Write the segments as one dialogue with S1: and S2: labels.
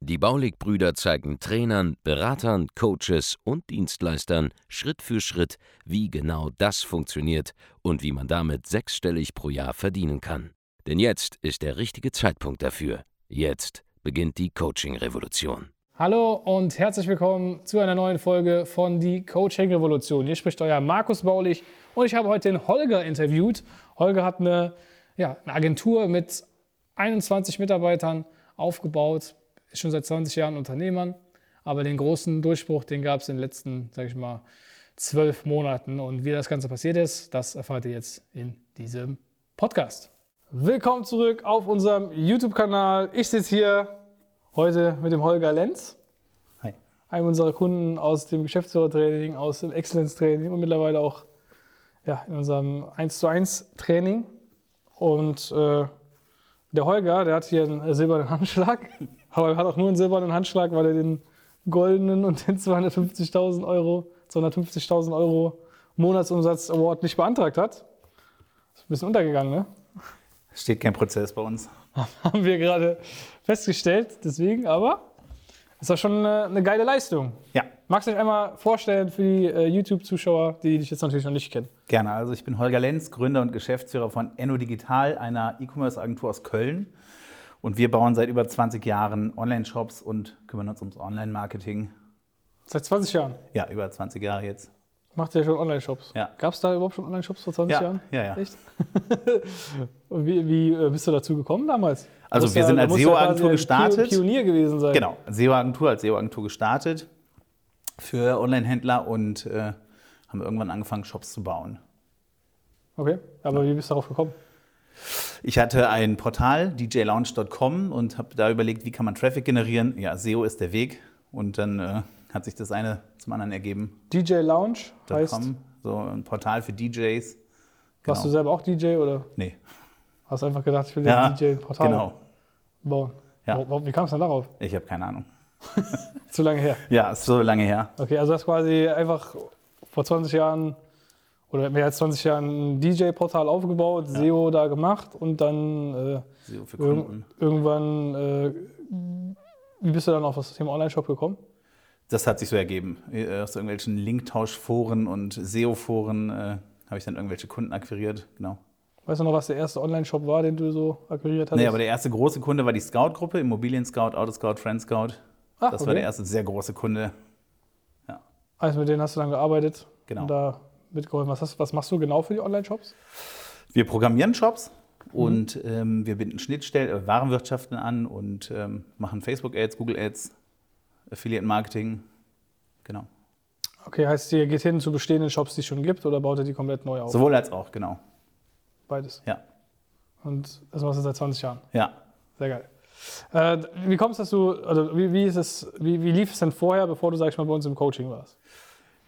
S1: Die Baulig-Brüder zeigen Trainern, Beratern, Coaches und Dienstleistern Schritt für Schritt, wie genau das funktioniert und wie man damit sechsstellig pro Jahr verdienen kann. Denn jetzt ist der richtige Zeitpunkt dafür. Jetzt beginnt die Coaching-Revolution.
S2: Hallo und herzlich willkommen zu einer neuen Folge von Die Coaching Revolution. Hier spricht euer Markus Baulich und ich habe heute den Holger interviewt. Holger hat eine, ja, eine Agentur mit 21 Mitarbeitern aufgebaut, ist schon seit 20 Jahren Unternehmern, aber den großen Durchbruch, den gab es in den letzten, sag ich mal, zwölf Monaten. Und wie das Ganze passiert ist, das erfahrt ihr jetzt in diesem Podcast. Willkommen zurück auf unserem YouTube-Kanal. Ich sitze hier heute mit dem Holger Lenz
S3: Hi.
S2: einem unserer Kunden aus dem Geschäftsführertraining, aus dem Excellence-Training und mittlerweile auch ja, in unserem 1 zu 1 Training. Und äh, der Holger, der hat hier einen äh, silbernen Handschlag, aber er hat auch nur einen silbernen Handschlag, weil er den goldenen und den 250.000 Euro, 250.000 Euro Monatsumsatz Award nicht beantragt hat. Ist ein bisschen untergegangen, ne?
S3: Steht kein Prozess bei uns.
S2: Haben wir gerade festgestellt, deswegen, aber ist doch schon eine, eine geile Leistung.
S3: Ja,
S2: Magst du dich einmal vorstellen für die äh, YouTube-Zuschauer, die dich jetzt natürlich noch nicht kennen?
S3: gerne. Also ich bin Holger Lenz, Gründer und Geschäftsführer von Enno Digital, einer E-Commerce-Agentur aus Köln. Und wir bauen seit über 20 Jahren Online-Shops und kümmern uns ums Online-Marketing.
S2: Seit 20 Jahren
S3: Ja, über 20 Jahre jetzt.
S2: macht ihr ja schon Online-Shops.
S3: Ja.
S2: Gab es da überhaupt schon Online-Shops vor 20
S3: Ja,
S2: Jahren?
S3: ja, ja.
S2: Echt? Und wie, wie äh, bist du dazu gekommen damals?
S3: Also
S2: Musst
S3: wir
S2: ja-
S3: sind
S2: du
S3: als
S2: musst ja
S3: SEO-Agentur
S2: quasi ein
S3: gestartet.
S2: Pionier gewesen sein.
S3: Genau, SEO-Agentur, als SEO-Agentur gestartet für Online-Händler und äh, haben irgendwann angefangen, Shops zu bauen.
S2: Okay, aber wie bist du darauf gekommen?
S3: Ich hatte ein Portal, djlounge.com, und habe da überlegt, wie kann man Traffic generieren. Ja, SEO ist der Weg. Und dann äh, hat sich das eine zum anderen ergeben.
S2: DJ Lounge heißt,
S3: .com, so ein Portal für DJs. genau.
S2: warst du selber auch DJ oder
S3: Nee.
S2: hast einfach gedacht, ich will
S3: Ja,
S2: jetzt ein DJ-Portal
S3: genau.
S2: bauen?
S3: Ja.
S2: Warum- Wie kam es denn darauf?
S3: Ich habe keine Ahnung.
S2: Zu lange her.
S3: Ja, ist so lange her.
S2: Okay, also hast quasi einfach vor 20 Jahren oder mehr als 20 Jahren ein DJ-Portal aufgebaut, SEO da gemacht und dann äh,
S3: SEO E für
S2: irg
S3: Kunden.
S2: irgendwann, äh, wie bist du dann auf das Thema Online-Shop gekommen?
S3: Das hat sich so ergeben. Äh, Aus irgendwelchen Linktauschforen und SEO-Foren äh, habe ich dann irgendwelche Kunden akquiriert. Genau.
S2: Weißt du noch, was der erste Online-Shop war, den du so akquiriert hattest?
S3: Nee, aber der erste große Kunde war die Scout-Gruppe, Immobilien-Scout, Autoscout, Friendscout.
S2: ah,
S3: Das war der erste sehr große Kunde.
S2: Also mit denen hast du dann gearbeitet
S3: Genau.
S2: und da mitgeholfen. Was, hast, was machst du genau für die Online-Shops?
S3: Wir programmieren Shops und ähm, wir binden Schnittstellen, äh, Warenwirtschaften an und ähm, machen Facebook-Ads, Google-Ads, Affiliate-Marketing. Genau.
S2: Okay, heißt, ihr geht hin zu bestehenden Shops, die es schon gibt oder baut ihr die komplett neu auf?
S3: Sowohl als auch, genau.
S2: Beides.
S3: Ja.
S2: Und das machst du seit 20 Jahren?
S3: Ja.
S2: Sehr geil. Äh, wie kommst du, dass du, also wie, wie, ist es, wie, wie lief es denn vorher, bevor du, sag ich mal, bei uns im Coaching warst?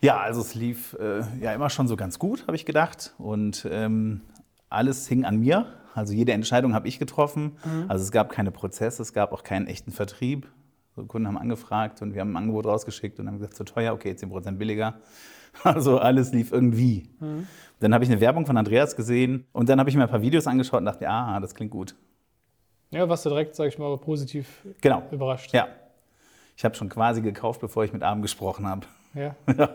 S3: Ja, also es lief äh, ja immer schon so ganz gut, habe ich gedacht. Und ähm, alles hing an mir. Also jede Entscheidung habe ich getroffen. Also es gab keine Prozesse, es gab auch keinen echten Vertrieb. So, Kunden haben angefragt und wir haben ein Angebot rausgeschickt und haben gesagt, so teuer, okay, 10% billiger. Also alles lief irgendwie. Dann habe ich eine Werbung von Andreas gesehen und dann habe ich mir ein paar Videos angeschaut und dachte, ah, das klingt gut.
S2: Ja, warst du direkt, sag ich mal, positiv
S3: Genau.
S2: überrascht.
S3: Ja. Ich habe schon quasi gekauft, bevor ich mit Abend gesprochen habe.
S2: Ja.
S3: ja.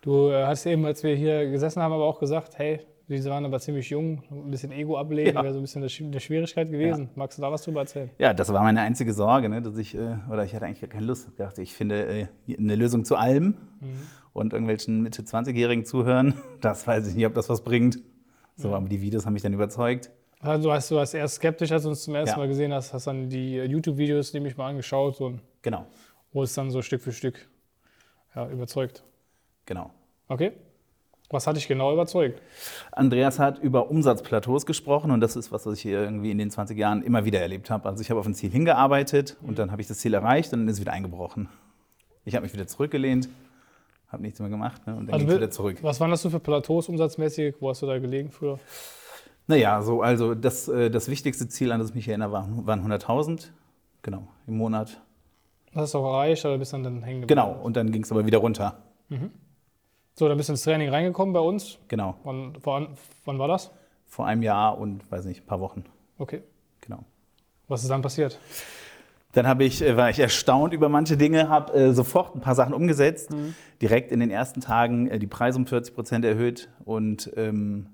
S2: Du äh, hast eben, als wir hier gesessen haben, aber auch gesagt, hey, diese waren aber ziemlich jung, ein bisschen Ego ablegen,
S3: Ja.
S2: wäre so ein bisschen eine Schw- eine Schwierigkeit gewesen. Magst du da was drüber erzählen?
S3: Ja, das war meine einzige Sorge, ne, dass ich, äh, oder ich hatte eigentlich gar keine Lust. Ich dachte, ich finde äh, eine Lösung zu allem
S2: Mhm.
S3: und irgendwelchen Mitte-20-Jährigen zuhören, das weiß ich nicht, ob das was bringt.
S2: Mhm.
S3: So, aber die Videos haben mich dann überzeugt.
S2: Also, als du warst erst skeptisch, als du uns zum ersten
S3: Ja.
S2: Mal gesehen hast, hast dann die äh, YouTube-Videos nämlich mal angeschaut und
S3: Genau,
S2: wo es dann so Stück für Stück ja, überzeugt.
S3: genau.
S2: Okay? Was hat dich genau überzeugt?
S3: Andreas hat über Umsatzplateaus gesprochen und das ist was, was ich hier irgendwie in den 20 Jahren immer wieder erlebt habe. Also ich habe auf ein Ziel
S2: Mhm.
S3: hingearbeitet und dann habe ich das Ziel erreicht und dann ist es wieder eingebrochen. Ich habe mich wieder zurückgelehnt, habe habe nichts mehr gemacht ne? und dann
S2: Also
S3: ging es
S2: wir-
S3: wieder zurück.
S2: Was waren das so für Plateaus umsatzmäßig? Wo hast du da gelegen früher?
S3: Naja, so, also das, äh, das wichtigste Ziel, an das ich mich erinnere, waren, waren 100.000, genau, im Monat.
S2: Das hast du auch erreicht oder bist dann, dann hängen geblieben?
S3: Genau, und dann ging es aber wieder runter.
S2: So, dann bist du ins Training reingekommen bei uns.
S3: Genau,
S2: Wann, wann, wann war das?
S3: vor einem Jahr und, weiß nicht, ein paar Wochen.
S2: Okay.
S3: Genau.
S2: Was ist dann passiert?
S3: Dann habe ich, äh, war ich erstaunt über manche Dinge, habe äh, sofort ein paar Sachen umgesetzt, direkt in den ersten Tagen äh, die Preise um 40 Prozent erhöht und ähm,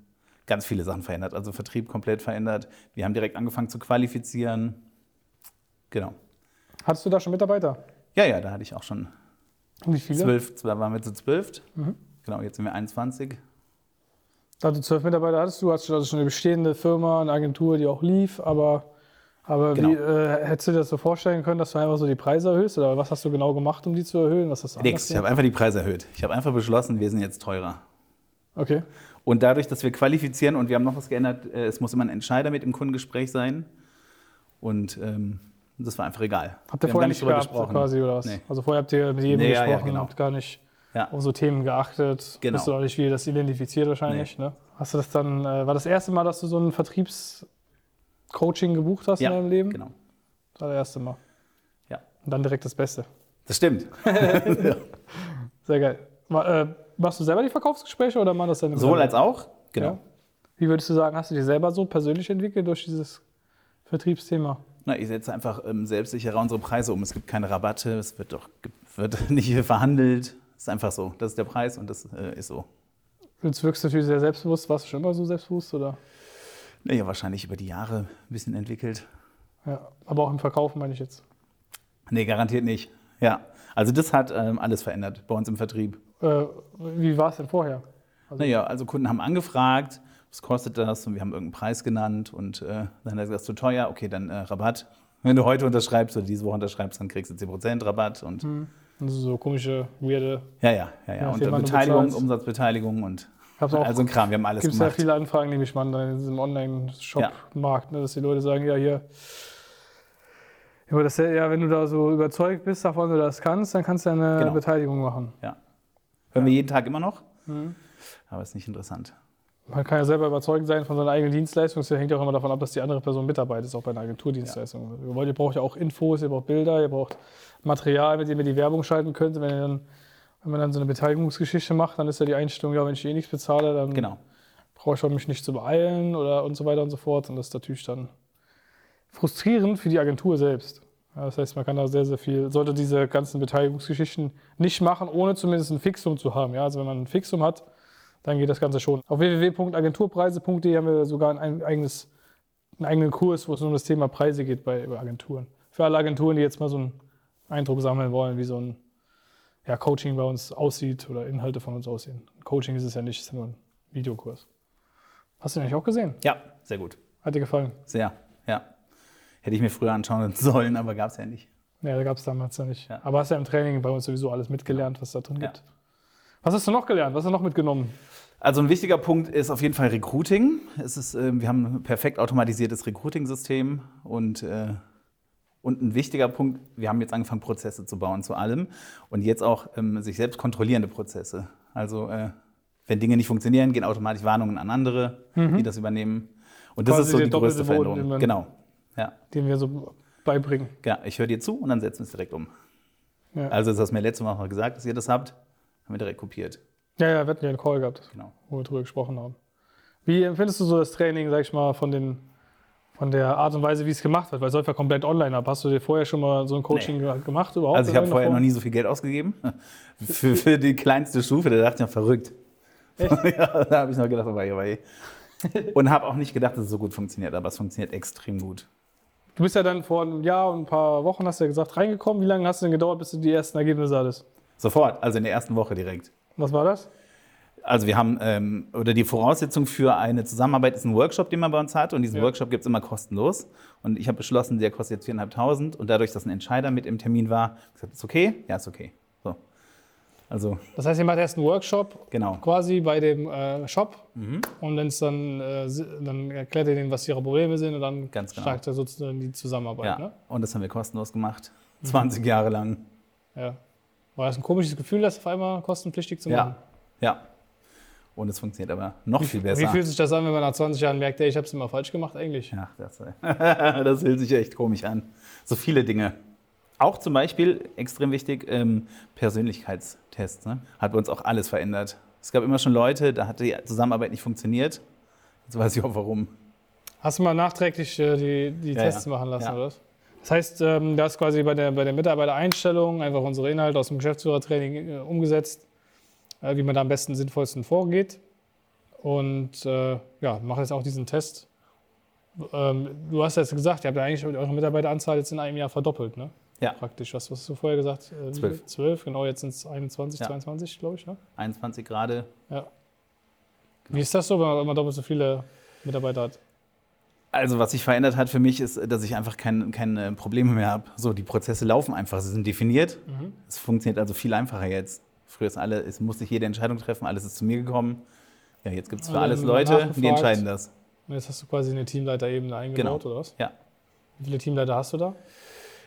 S3: ganz viele Sachen verändert. Also Vertrieb komplett verändert. Wir haben direkt angefangen zu qualifizieren. Genau.
S2: Hattest du da schon Mitarbeiter?
S3: Ja, ja, da hatte ich auch schon
S2: Wie viele?
S3: zwölf, da waren wir zu zwölf.
S2: Mhm.
S3: Genau, jetzt sind wir 21.
S2: Da du zwölf Mitarbeiter hattest, du hattest also schon eine bestehende Firma, eine Agentur, die auch lief, aber, aber
S3: Genau.
S2: wie, äh, hättest du dir das so vorstellen können, dass du einfach so die Preise erhöhst? Oder was hast du genau gemacht, um die zu erhöhen? Was hast du
S3: Nix, ich
S2: anders
S3: habe einfach die Preise erhöht. Ich habe einfach beschlossen, wir sind jetzt teurer.
S2: gemacht? Okay.
S3: Und dadurch, dass wir qualifizieren und wir haben noch was geändert, äh, es muss immer ein Entscheider mit im Kundengespräch sein. Und ähm, das war einfach egal.
S2: Habt ihr
S3: Wir haben gar
S2: vorher
S3: nicht
S2: nicht
S3: drüber
S2: gehabt,
S3: gesprochen.
S2: quasi, oder was?
S3: Nee.
S2: Also vorher habt ihr mit jedem
S3: Nee, ja, ja,
S2: gesprochen,
S3: genau.
S2: habt gar nicht
S3: Ja.
S2: auf so Themen geachtet.
S3: Genau.
S2: Bist du auch nicht viel das identifiziert wahrscheinlich, ne? Hast du das dann, äh, war das erste Mal, dass du so ein Vertriebscoaching gebucht hast
S3: ja,
S2: in deinem Leben?
S3: Genau.
S2: Das war das erste Mal.
S3: Ja.
S2: Und dann direkt das Beste.
S3: Das stimmt.
S2: Also Sehr geil. Ma- äh, machst du selber die Verkaufsgespräche oder machen das deine
S3: Sowohl
S2: Mitarbeiter?
S3: als auch. Genau.
S2: Ja. Wie würdest du sagen, hast du dich selber so persönlich entwickelt durch dieses Vertriebsthema?
S3: Na, ich setze einfach ähm, selbstsicherer unsere Preise um. Es gibt keine Rabatte, es wird doch ge- wird nicht verhandelt. Es ist einfach so. Das ist der Preis und das äh, ist so.
S2: Jetzt wirkst du natürlich sehr selbstbewusst. Warst du schon immer so selbstbewusst oder?
S3: Naja, wahrscheinlich über die Jahre ein bisschen entwickelt.
S2: Ja, aber auch im Verkaufen meine ich jetzt.
S3: Nee, garantiert nicht. Ja. Also das hat ähm, alles verändert bei uns im Vertrieb.
S2: Äh, wie war es denn vorher?
S3: Naja, also Kunden haben angefragt, was kostet das? Und wir haben irgendeinen Preis genannt und äh, dann hat er gesagt, zu teuer, okay, dann äh, Rabatt. Wenn du heute unterschreibst oder diese Woche unterschreibst, dann kriegst du 10% Rabatt und
S2: Also so komische, weirde.
S3: ja, ja, ja, Hm. ja.
S2: Ja,
S3: Und
S2: viel
S3: äh,
S2: man du
S3: Beteiligung,
S2: bezahlst.
S3: Umsatzbeteiligung und
S2: Hab's auch-
S3: also ein Kram, wir haben alles
S2: Gibt es ja
S3: gemacht.
S2: viele Anfragen, nehme ich mal an, in diesem Online-Shop-Markt, ne, dass die Leute sagen, ja, hier. Aber das, ja, wenn du da so überzeugt bist davon, du das kannst, dann kannst du eine
S3: Genau.
S2: Beteiligung machen.
S3: Ja. Hm. Hören wir jeden Tag immer noch, aber ist nicht interessant.
S2: Man kann ja selber überzeugt sein von seiner eigenen Dienstleistung. Das hängt ja auch immer davon ab, dass die andere Person mitarbeitet. Das ist auch bei einer Agenturdienstleistung. Ihr wollt- Ihr braucht ja auch Infos, ihr braucht Bilder, ihr braucht Material, mit dem ihr die Werbung schalten könnt. Wenn, ihr dann, wenn man dann so eine Beteiligungsgeschichte macht, dann ist ja die Einstellung, ja, wenn ich eh nichts bezahle, dann
S3: Genau.
S2: brauche ich auch mich nicht zu beeilen oder und so weiter und so fort. Und das ist natürlich dann frustrierend für die Agentur selbst. Ja, das heißt, man kann da sehr, sehr viel, sollte diese ganzen Beteiligungsgeschichten nicht machen, ohne zumindest ein Fixum zu haben. Ja, also wenn man ein Fixum hat, dann geht das Ganze schon. Auf www.agenturpreise.de haben wir sogar ein eigenes, einen eigenen Kurs, wo es nur um das Thema Preise geht bei, bei Agenturen. Für alle Agenturen, die jetzt mal so einen Eindruck sammeln wollen, wie so ein ja, Coaching bei uns aussieht oder Inhalte von uns aussehen. Coaching ist es ja nicht, es ist ja nur ein Videokurs. Hast du den eigentlich auch gesehen?
S3: Ja, sehr gut.
S2: Hat dir gefallen?
S3: Sehr, ja. Hätte ich mir früher anschauen sollen, aber gab es ja nicht.
S2: Ja, da gab es damals ja nicht.
S3: Ja. Genau.
S2: Aber hast ja im Training bei uns sowieso alles mitgelernt, was da drin
S3: Ja.
S2: gibt. Was hast du noch gelernt? Was hast du noch mitgenommen?
S3: Also ein wichtiger Punkt ist auf jeden Fall Recruiting. Es ist, äh, wir haben ein perfekt automatisiertes Recruiting-System und, äh, und ein wichtiger Punkt, wir haben jetzt angefangen, Prozesse zu bauen zu allem und jetzt auch ähm, sich selbst kontrollierende Prozesse. Also äh, wenn Dinge nicht funktionieren, gehen automatisch Warnungen an andere, die das übernehmen. Und das
S2: Mhm. Quasi
S3: ist so
S2: der
S3: die größte
S2: doppelte Boden, den
S3: Veränderung.
S2: man-
S3: Genau. Ja,
S2: Den wir so beibringen.
S3: ja, ich höre dir zu und dann setzen wir es direkt um.
S2: Ja.
S3: Also das hast du mir letzte Woche gesagt, dass ihr das habt, haben wir direkt kopiert.
S2: Ja, ja, wir hatten ja einen Call gehabt,
S3: Genau.
S2: wo wir drüber gesprochen haben. Wie empfindest du so das Training, sag ich mal, von, den, von der Art und Weise, wie es gemacht wird? Weil es läuft ja komplett online ab. Hast du dir vorher schon mal so ein Coaching ge- gemacht überhaupt?
S3: Also ich
S2: in
S3: habe
S2: irgendeiner
S3: vorher
S2: Form?
S3: noch nie so viel Geld ausgegeben für, für die kleinste Stufe. Da dachte ich, ja, verrückt. Ja, da habe ich noch gedacht, aber ja, aber ja. Und habe auch nicht gedacht, dass es so gut funktioniert, aber es funktioniert extrem gut.
S2: Du bist ja dann vor einem Jahr und ein paar Wochen, hast du ja gesagt, reingekommen. Wie lange hast du denn gedauert, bis du die ersten Ergebnisse hattest?
S3: Sofort, also in der ersten Woche direkt.
S2: Was war das?
S3: Also wir haben, ähm, oder die Voraussetzung für eine Zusammenarbeit ist ein Workshop, den man bei uns hat. Und diesen
S2: Ja.
S3: Workshop gibt es immer kostenlos. Und ich habe beschlossen, der kostet jetzt 4.500. Und dadurch, dass ein Entscheider mit im Termin war, hab ich gesagt, ist okay? Ja, ist okay. So. Also,
S2: Das heißt, ihr macht erst einen Workshop
S3: genau.
S2: quasi bei dem äh, Shop
S3: Mhm.
S2: und wenn's dann, äh, si- dann erklärt ihr denen, was ihre Probleme sind und dann
S3: Ganz genau.
S2: steigt er sozusagen die Zusammenarbeit.
S3: Ja.
S2: Ne?
S3: Und das haben wir kostenlos gemacht. 20 Jahre lang.
S2: Ja. War das ein komisches Gefühl, das auf einmal kostenpflichtig zu machen?
S3: Ja, ja. Und es funktioniert aber noch viel besser.
S2: Wie fühlt sich das an, wenn man nach 20 Jahren merkt, ey, ich habe es immer falsch gemacht eigentlich?
S3: Ach, das, das fühlt sich echt komisch an. So viele Dinge. Auch zum Beispiel, extrem wichtig, ähm, Persönlichkeitstests. Ne? Hat bei uns auch alles verändert. Es gab immer schon Leute, da hat die Zusammenarbeit nicht funktioniert. Jetzt weiß ich auch warum.
S2: Hast du mal nachträglich äh, die, die
S3: Ja,
S2: Tests
S3: ja.
S2: machen lassen,
S3: Ja.
S2: oder? was? Das heißt, ähm, da ist quasi bei der, bei der Mitarbeitereinstellung einfach unsere Inhalte aus dem Geschäftsführertraining äh, umgesetzt, äh, wie man da am besten sinnvollsten vorgeht. Und äh, ja, mach jetzt auch diesen Test. Ähm, du hast jetzt gesagt, ihr habt ja eigentlich eure Mitarbeiteranzahl jetzt in einem Jahr verdoppelt, ne?
S3: Ja.
S2: Praktisch. Was, was hast du vorher gesagt? Äh,
S3: Zwölf.
S2: Zwölf, genau, jetzt sind es 21,
S3: Ja.
S2: 22, glaube ich, ne?
S3: 21 gerade. Genau.
S2: Wie ist das so, wenn man immer doppelt so viele Mitarbeiter hat?
S3: Also, was sich verändert hat für mich, ist, dass ich einfach kein, keine Probleme mehr habe. So, die Prozesse laufen einfach, sie sind definiert. Es funktioniert also viel einfacher jetzt. Früher ist alle, es musste ich jede Entscheidung treffen, alles ist zu mir gekommen. Ja, jetzt gibt es für
S2: Alle
S3: alles
S2: sind
S3: Leute, die
S2: nachgefragt.
S3: entscheiden das.
S2: Und jetzt hast du quasi eine Teamleiterebene eingebaut,
S3: Genau.
S2: oder was?
S3: Ja.
S2: Wie viele Teamleiter hast du da?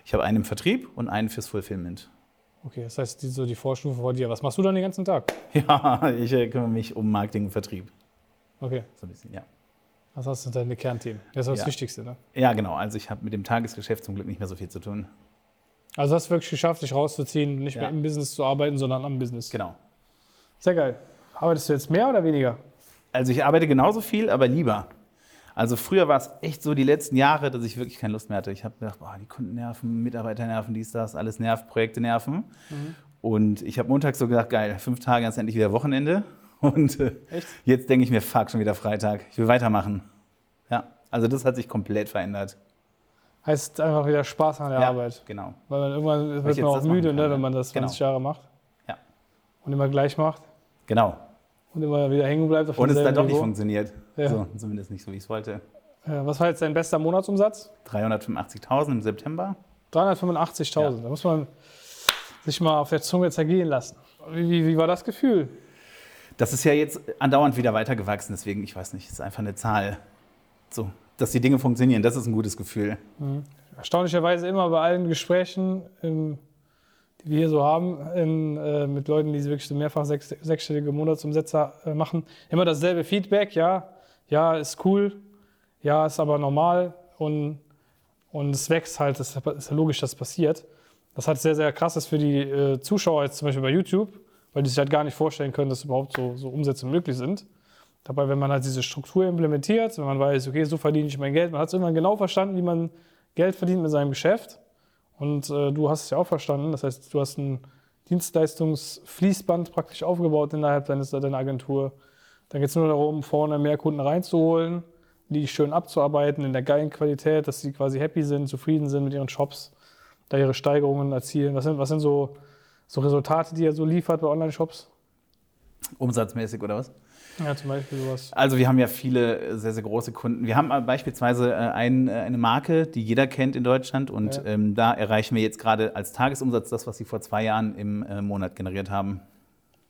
S3: Ich habe einen im Vertrieb und einen fürs Fulfillment.
S2: Okay, das heißt, die, so die Vorstufe vor dir. Was machst du dann den ganzen Tag?
S3: Ja, ich äh, kümmere mich um Marketing und Vertrieb.
S2: Okay,
S3: So ein bisschen, ja.
S2: was hast du denn deine Kernthemen? Das ist das
S3: Ja.
S2: Wichtigste, ne?
S3: Ja, genau. Also ich habe mit dem Tagesgeschäft zum Glück nicht mehr so viel zu tun.
S2: Also hast du wirklich geschafft, dich rauszuziehen, nicht
S3: Ja.
S2: mehr im Business zu arbeiten, sondern am Business.
S3: Genau.
S2: Sehr geil. Arbeitest du jetzt mehr oder weniger?
S3: Also ich arbeite genauso viel, aber lieber. Also früher war es echt so die letzten Jahre, dass ich wirklich keine Lust mehr hatte. Ich habe gedacht, boah, die Kunden nerven, Mitarbeiter nerven, dies, das, alles nervt, Projekte nerven.
S2: Mhm.
S3: Und ich habe montags so gedacht, geil, fünf Tage, dann ist endlich wieder Wochenende. Und äh,
S2: Echt?
S3: jetzt denke ich mir, fuck, schon wieder Freitag. Ich will weitermachen. Ja, also das hat sich komplett verändert.
S2: Heißt einfach wieder Spaß an der
S3: ja,
S2: Arbeit.
S3: Genau.
S2: Weil man irgendwann
S3: ich
S2: wird
S3: jetzt
S2: man auch
S3: das machen
S2: müde,
S3: kann,
S2: ne,
S3: ne?
S2: wenn man das 20 Jahre macht.
S3: Ja.
S2: Und immer gleich macht
S3: Genau.
S2: und immer wieder hängen bleibt. Auf
S3: Und es
S2: demselben
S3: dann doch nicht
S2: Niveau.
S3: funktioniert.
S2: Ja.
S3: So, zumindest nicht so, wie ich es wollte.
S2: Äh, Was war jetzt dein bester Monatsumsatz?
S3: 385.000 im September.
S2: 385.000. Da muss man sich mal auf der Zunge zergehen lassen. Wie, wie, wie war das Gefühl?
S3: Das ist ja jetzt andauernd wieder weitergewachsen, deswegen, ich weiß nicht, ist einfach eine Zahl. So, dass die Dinge funktionieren, das ist ein gutes Gefühl.
S2: Erstaunlicherweise immer bei allen Gesprächen, ähm, die wir hier so haben, in, äh, mit Leuten, die wirklich so mehrfach sechs, sechsstellige Monatsumsätze äh, machen, immer dasselbe Feedback. Ja, ja, ist cool. Ja, ist aber normal. Und, und es wächst halt. Es ist ja logisch, dass es passiert. Das hat sehr, sehr krasses für die äh, Zuschauer jetzt zum Beispiel bei YouTube, weil die sich halt gar nicht vorstellen können, dass überhaupt so, so Umsätze möglich sind. Dabei, wenn man halt diese Struktur implementiert, wenn man weiß, okay, so verdiene ich mein Geld, man hat es irgendwann genau verstanden, wie man Geld verdient mit seinem Geschäft. Und äh, du hast es ja auch verstanden. Das heißt, du hast ein Dienstleistungsfließband praktisch aufgebaut innerhalb deines, deiner Agentur. Dann geht es nur darum, vorne mehr Kunden reinzuholen, die schön abzuarbeiten in der geilen Qualität, dass sie quasi happy sind, zufrieden sind mit ihren Shops, da ihre Steigerungen erzielen. Was sind, was sind so, so Resultate, die ihr so liefert bei Online-Shops?
S3: Umsatzmäßig oder was?
S2: Ja, zum Beispiel sowas.
S3: Also wir haben ja viele äh, sehr, sehr große Kunden. Wir haben äh, beispielsweise äh, ein, äh, eine Marke, die jeder kennt in Deutschland und
S2: Ja.
S3: ähm, da erreichen wir jetzt gerade als Tagesumsatz das, was sie vor zwei Jahren im äh, Monat generiert haben.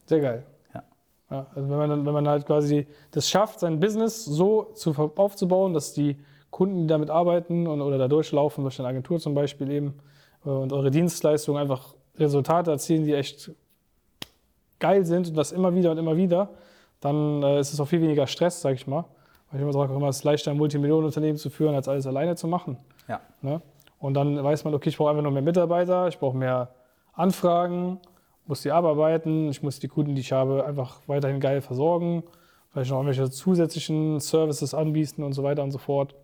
S2: Sehr geil.
S3: Ja.
S2: Ja, also wenn man, dann- wenn man halt quasi das schafft, sein Business so zu, ver- aufzubauen, dass die Kunden, die damit arbeiten und, oder da durchlaufen, durch eine Agentur zum Beispiel eben, äh, und eure Dienstleistungen einfach Resultate erzielen, die echt geil sind und das immer wieder und immer wieder, dann äh, ist es auch viel weniger Stress, sag ich mal. Weil ich immer sage, immer, es ist leichter, ein Multimillionenunternehmen zu führen, als alles alleine zu machen.
S3: Ja.
S2: Ne? Und dann weiß man, okay, ich brauche einfach nur mehr Mitarbeiter, ich brauche mehr Anfragen, muss die abarbeiten, ich muss die Kunden, die ich habe, einfach weiterhin geil versorgen, vielleicht noch irgendwelche zusätzlichen Services anbieten und so weiter und so fort.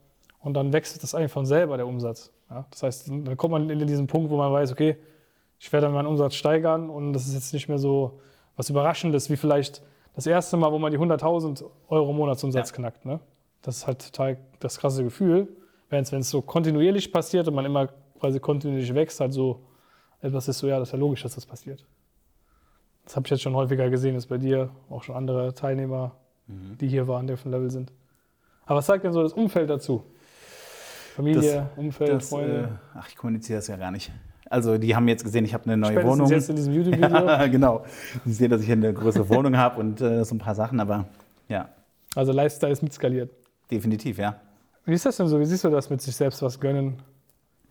S2: Und dann wächst das eigentlich von selber, der Umsatz. Ja? Das heißt, dann kommt man in diesen Punkt, wo man weiß, okay, ich werde dann meinen Umsatz steigern und das ist jetzt nicht mehr so was Überraschendes, wie vielleicht das erste Mal, wo man die 100.000 Euro Monatsumsatz
S3: Ja.
S2: knackt. Ne? Das ist halt total das krasse Gefühl. Wenn es so kontinuierlich passiert und man immer quasi kontinuierlich wächst, halt so etwas ist so, ja, das ist ja logisch, dass das passiert. Das habe ich jetzt schon häufiger gesehen, ist bei dir auch schon andere Teilnehmer,
S3: Mhm.
S2: die hier waren, die auf dem Level sind. Aber was sagt denn so das Umfeld dazu? Familie, Umfeld,
S3: Das, äh,
S2: Freunde.
S3: ach, ich kommuniziere das ja gar nicht. Also die haben jetzt gesehen, ich habe eine neue
S2: Spätestens
S3: Wohnung.
S2: jetzt in diesem YouTube-Video.
S3: Ja, genau. Sie sehen, dass ich eine größere Wohnung habe und äh, so ein paar Sachen, aber ja,
S2: Also Lifestyle ist mitskaliert.
S3: definitiv, ja.
S2: Wie ist das denn so? Wie siehst du das mit sich selbst was gönnen?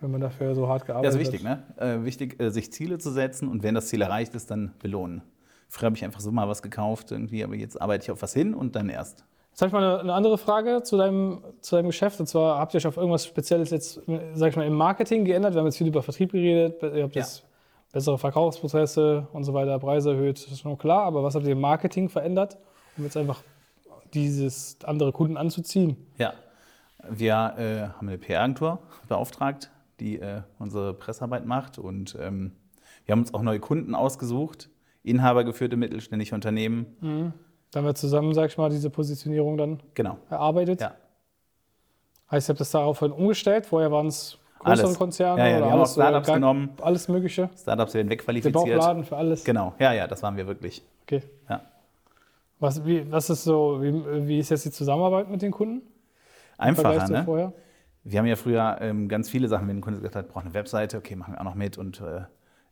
S2: wenn man dafür so hart
S3: Ja,
S2: gearbeitet
S3: ist
S2: hat.
S3: wichtig, ne? Äh, wichtig, äh, sich Ziele zu setzen und wenn das Ziel erreicht ist, dann belohnen. Früher habe ich einfach so mal was gekauft irgendwie, aber jetzt arbeite ich auf was hin und dann erst.
S2: Jetzt habe ich mal eine, eine andere Frage zu deinem, zu deinem Geschäft. Und zwar habt ihr euch auf irgendwas Spezielles jetzt, sag ich mal, im Marketing geändert? Wir haben jetzt viel über Vertrieb geredet. Ihr habt
S3: Ja.
S2: jetzt bessere Verkaufsprozesse und so weiter, Preise erhöht, das ist schon klar. Aber was habt ihr im Marketing verändert, um jetzt einfach dieses andere Kunden anzuziehen?
S3: Ja. Wir äh, haben eine PR-Agentur beauftragt, die äh, unsere Pressearbeit macht und ähm, wir haben uns auch neue Kunden ausgesucht, inhabergeführte mittelständische Unternehmen.
S2: Da haben wir zusammen, sag ich mal, diese Positionierung dann
S3: Genau.
S2: erarbeitet.
S3: Ja.
S2: Heißt, ihr habt das daraufhin umgestellt? Vorher waren es größere
S3: Alles.
S2: Konzerne
S3: Ja, ja,
S2: oder
S3: wir haben auch
S2: alles, äh,
S3: Startups
S2: gar-
S3: genommen.
S2: alles Mögliche.
S3: Startups werden
S2: Der
S3: wegqualifiziert.
S2: Bauchladen für alles.
S3: Genau. Ja, ja, das waren wir wirklich.
S2: Okay.
S3: Ja.
S2: Was, wie, was ist so, wie, wie ist jetzt die Zusammenarbeit mit den Kunden? im
S3: Einfacher,
S2: Vergleich zu
S3: ne?
S2: vorher?
S3: Wir haben ja früher ähm, ganz viele Sachen, wenn ein Kunde gesagt hat, braucht eine Webseite, okay, machen wir auch noch mit und äh,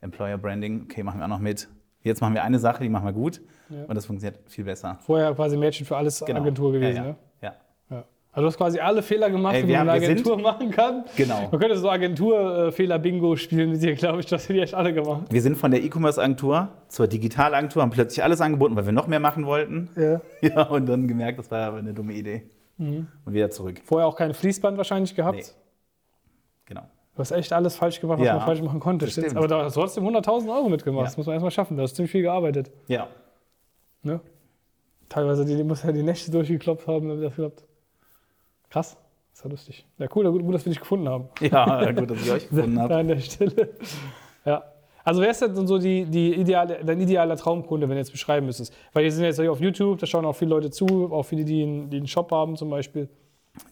S3: Employer Branding, okay, machen wir auch noch mit. Jetzt machen wir eine Sache, die machen wir gut
S2: Ja.
S3: und das funktioniert viel besser.
S2: Vorher quasi Mädchen für alles
S3: Genau.
S2: Agentur gewesen,
S3: ja, ja.
S2: ne?
S3: Ja.
S2: Ja. Also du hast quasi alle Fehler gemacht,
S3: Ey,
S2: die
S3: wir
S2: man in
S3: haben-
S2: einer
S3: wir
S2: Agentur machen kann.
S3: Genau.
S2: Man könnte so Agentur-Fehler-Bingo spielen mit dir, glaube ich. Das hätte ich echt alle gemacht.
S3: Wir sind von der E-Commerce-Agentur zur Digital-Agentur, haben plötzlich alles angeboten, weil wir noch mehr machen wollten.
S2: Ja.
S3: Ja, und dann gemerkt, das war aber eine dumme Idee.
S2: Mhm.
S3: Und wieder zurück.
S2: Vorher auch kein Fließband wahrscheinlich gehabt.
S3: Nee. Genau.
S2: Du hast echt alles falsch gemacht, was
S3: Ja,
S2: man falsch machen konnte.
S3: das
S2: Stimmt's?
S3: stimmt.
S2: Aber da hast du trotzdem 100.000 Euro mitgemacht.
S3: Ja.
S2: Das muss man erstmal schaffen. Da hast du ziemlich viel gearbeitet.
S3: Ja.
S2: Ne? Teilweise die, die muss ja die Nächte durchgeklopft haben, damit das klappt. Krass. Ist ja lustig. Ja, cool, gut, gut dass wir dich gefunden haben.
S3: Ja, gut, dass ich euch gefunden
S2: Da
S3: habe.
S2: an der Stelle. Ja. Also wer ist denn so die, die ideale, dein idealer Traumkunde, wenn du jetzt beschreiben müsstest? Weil wir sind jetzt hier auf YouTube, da schauen auch viele Leute zu, auch viele, die einen, die einen Shop haben zum Beispiel.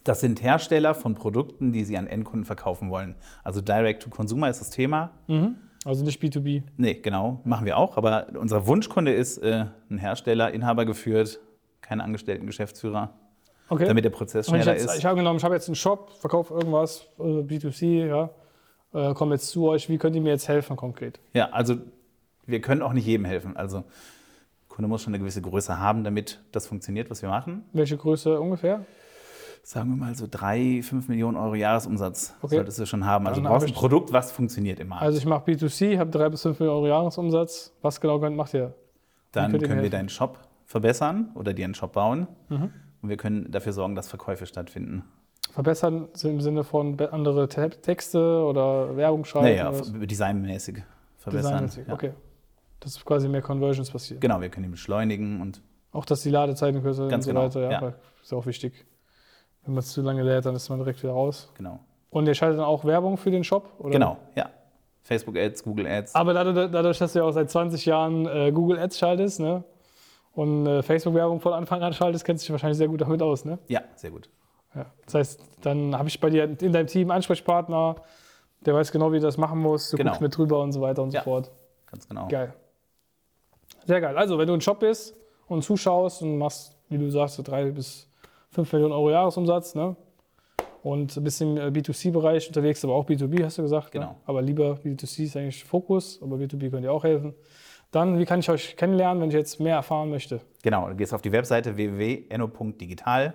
S3: Das sind Hersteller von Produkten, die sie an Endkunden verkaufen wollen. Also Direct-to-Consumer ist das Thema.
S2: Also nicht B2B.
S3: Nee, genau, machen wir auch. Aber unser Wunschkunde ist äh, ein Hersteller, Inhaber geführt, keine angestellten Geschäftsführer,
S2: Okay.
S3: damit der Prozess
S2: Wenn ich
S3: schneller
S2: jetzt, ich
S3: ist.
S2: habe genommen, ich habe jetzt einen Shop, verkaufe irgendwas, äh, B2C, ja. Äh, komme jetzt zu euch, wie könnt ihr mir jetzt helfen konkret?
S3: Ja, also wir können auch nicht jedem helfen. Also Kunde muss schon eine gewisse Größe haben, damit das funktioniert, was wir machen.
S2: Welche Größe ungefähr?
S3: Sagen wir mal so drei, fünf Millionen Euro Jahresumsatz
S2: Okay.
S3: solltest du schon haben. Also
S2: Dann
S3: du brauchst
S2: hab
S3: ein
S2: ich-
S3: Produkt, was funktioniert im Markt.
S2: Also ich mache B2C, habe 3 bis 5 Millionen Euro Jahresumsatz. Was genau könnt, macht ihr?
S3: Dann
S2: könnt ihr mir
S3: können wir
S2: helfen.
S3: deinen Shop verbessern oder dir einen Shop bauen. Und wir können dafür sorgen, dass Verkäufe stattfinden.
S2: Verbessern so im Sinne von be- andere Te Texte oder Werbung schreiben?
S3: Naja,
S2: oder
S3: f-
S2: so?
S3: designmäßig verbessern.
S2: Designmäßig,
S3: Ja.
S2: okay. Das ist quasi mehr Conversions passiert.
S3: Genau, wir können ihn beschleunigen und
S2: Auch dass die Ladezeiten kürzer
S3: Ganz
S2: und so
S3: genau,
S2: weiter, ja,
S3: ja.
S2: weil ist auch wichtig. Wenn man es zu lange lädt, dann ist man direkt wieder raus.
S3: genau.
S2: Und ihr schaltet dann auch Werbung für den Shop? Oder?
S3: Genau, ja. Facebook-Ads, Google-Ads.
S2: Aber dadurch, dadurch, dass du ja auch seit 20 Jahren äh, Google Ads schaltest, ne? Und äh, Facebook-Werbung von Anfang an schaltest, kennst du dich wahrscheinlich sehr gut damit aus, ne?
S3: Ja, sehr gut.
S2: Ja. Das heißt, dann habe ich bei dir in deinem Team einen Ansprechpartner, der weiß genau, wie du das machen musst, du
S3: Genau.
S2: guckst mit drüber und so weiter und
S3: Ja.
S2: so fort.
S3: Ganz genau.
S2: Geil. Sehr geil. Also, wenn du ein Shop bist und zuschaust und machst, wie du sagst, so drei bis fünf Millionen Euro Jahresumsatz, ne? Und ein bisschen äh, B2C-Bereich unterwegs, aber auch B2B, hast du gesagt. Ne?
S3: Genau.
S2: Aber lieber B2C ist eigentlich Fokus, aber B2B könnt ihr auch helfen. Dann, wie kann ich euch kennenlernen, wenn ich jetzt mehr erfahren möchte?
S3: Genau, du gehst auf die Webseite www.enno.digital,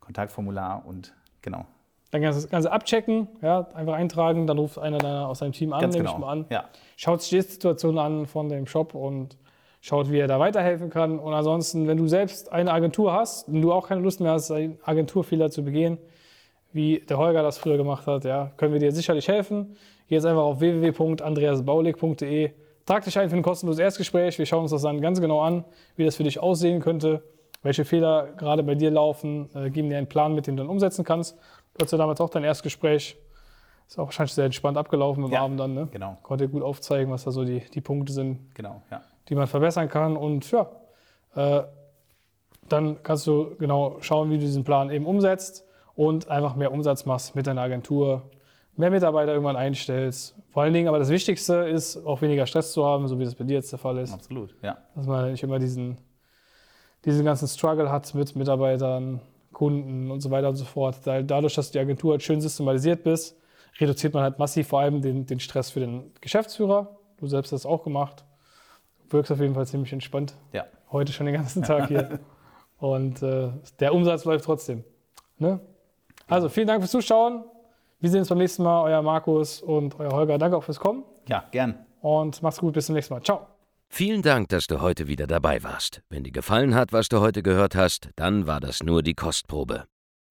S3: Kontaktformular und genau.
S2: Dann kannst du das Ganze abchecken, ja, einfach eintragen, dann ruft einer deiner aus seinem Team an,
S3: Ganz
S2: nehme
S3: genau.
S2: ich mal an.
S3: Ja,
S2: schaut sich die Situation an von dem Shop und schaut, wie ihr da weiterhelfen kann. Und ansonsten, wenn du selbst eine Agentur hast und du auch keine Lust mehr hast, einen Agenturfehler zu begehen, wie der Holger das früher gemacht hat, ja, können wir dir sicherlich helfen. Geh jetzt einfach auf www.andreasbaulig.de, trag dich ein für ein kostenloses Erstgespräch. Wir schauen uns das dann ganz genau an, wie das für dich aussehen könnte, welche Fehler gerade bei dir laufen, äh, geben dir einen Plan, mit dem du dann umsetzen kannst. Du hattest ja damals auch dein Erstgespräch. Ist auch wahrscheinlich sehr entspannt abgelaufen am
S3: Ja,
S2: Abend dann, ne?
S3: genau,
S2: konnte gut aufzeigen, was da so die, die Punkte sind,
S3: genau, ja.
S2: die man verbessern kann. Und ja, äh, dann kannst du genau schauen, wie du diesen Plan eben umsetzt und einfach mehr Umsatz machst mit deiner Agentur, mehr Mitarbeiter irgendwann einstellst. Vor allen Dingen aber das Wichtigste ist, auch weniger Stress zu haben, so wie das bei dir jetzt der Fall ist,
S3: Absolut, ja.
S2: dass man nicht immer diesen, diesen ganzen Struggle hat mit Mitarbeitern, Kunden und so weiter und so fort. Da- Dadurch, dass die Agentur halt schön systematisiert bist, reduziert man halt massiv vor allem den, den Stress für den Geschäftsführer. Du selbst hast das auch gemacht. Du wirkst auf jeden Fall ziemlich entspannt.
S3: Ja,
S2: Heute schon den ganzen Tag hier. Und äh, der Umsatz läuft trotzdem. Ne? Also vielen Dank fürs Zuschauen. Wir sehen uns beim nächsten Mal. Euer Markus und euer Holger. Danke auch fürs Kommen
S3: Ja, gern.
S2: und macht's gut. Bis zum nächsten Mal. Ciao.
S1: Vielen Dank, dass du heute wieder dabei warst. Wenn dir gefallen hat, was du heute gehört hast, dann war das nur die Kostprobe.